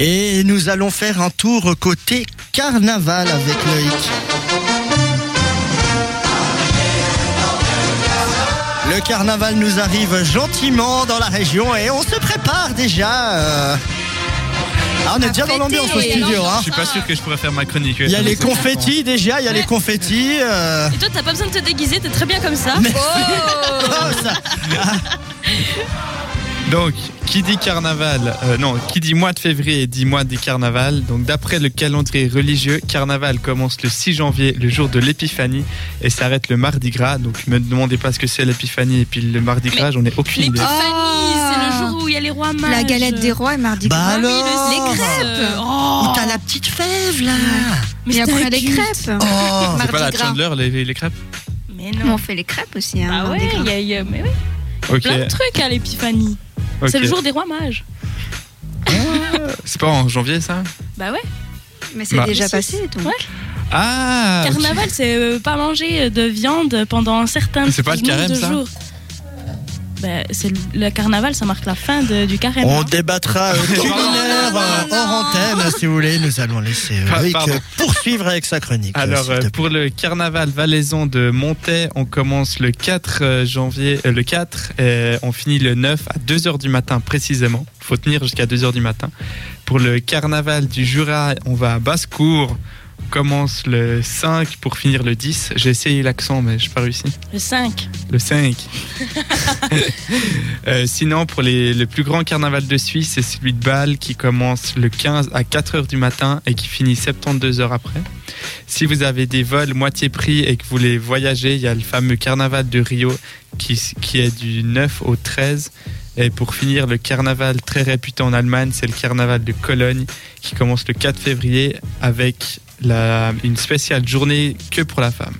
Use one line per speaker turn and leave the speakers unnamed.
Et nous allons faire un tour côté carnaval avec Loïc. Le carnaval nous arrive gentiment dans la région et on se prépare déjà. euh. Ah, on est déjà dans l'ambiance au studio. Hein.
Je suis pas sûr que je pourrais faire ma chronique.
Il y a les confettis déjà, il y a les confettis. euh.
Et toi, t'as pas besoin de te déguiser, t'es très bien comme ça.
Merci.
Oh
Oh, ça-
Donc, qui dit carnaval, euh, non, qui dit mois de février dit mois du carnaval. Donc, d'après le calendrier religieux, carnaval commence le 6 janvier, le jour de l'épiphanie, et s'arrête le mardi gras. Donc, ne me demandez pas ce que c'est l'épiphanie et puis le mardi gras, j'en ai aucune idée.
L'épiphanie,
Ah.
c'est le jour où il y a les rois mages.
La galette des rois et mardi
Bah
gras.
Ah oui, le-
alors.
les crêpes.
Euh,
Oh,
Oh.
t'as la petite fève là.
Mais
Et
c'est
après
un
les
culte.
crêpes.
Oh.
C'est pas la
Mardi gras.
Chandler, les, les crêpes
Mais
Mais
non.
On fait les crêpes aussi. Hein,
Ah ouais,
mardi gras.
il y a, il y a- mais ouais,
Ok.
plein de trucs à l'épiphanie.
ok. Ah,
C'est le jour des rois mages.
C'est pas en janvier ça
Bah ouais.
Mais c'est
Bah.
déjà
Si,
passé. Donc.
Ouais.
Ah ok.
Carnaval, c'est euh, pas manger de viande pendant un certain
C'est pas le
nombre
carême,
de
ça
jours. Bah, c'est le, le carnaval, ça marque la fin de- du carême.
On
hein.
débattra euh, culinaire euh, hors antenne si vous voulez. Nous allons laisser euh,
Pa-
Loïc
pardon.
euh, poursuivre avec sa chronique. euh,
Alors
s'il te
euh,
plaît.
pour le carnaval valaisan de Montaix, on commence le 4 euh, janvier, euh, le 4, et on finit le 9 à 2 heures du matin précisément. Faut tenir jusqu'à 2 heures du matin. Pour le carnaval du Jura, on va à Basse-Cour. On commence le 5 pour finir le 10. J'ai essayé l'accent mais j'ai pas réussi.
Le 5.
Le 5. Euh, sinon, pour les, le plus grand carnaval de Suisse, c'est celui de Bâle qui commence le 15 à 4 heures du matin et qui finit 72 heures après. Si vous avez des vols moitié prix et que vous voulez voyager, il y a le fameux carnaval de Rio qui, s- qui est du 9 au 13. Et pour finir, le carnaval très réputé en Allemagne, c'est le carnaval de Cologne qui commence le 4 février avec la- une spéciale journée que pour la femme.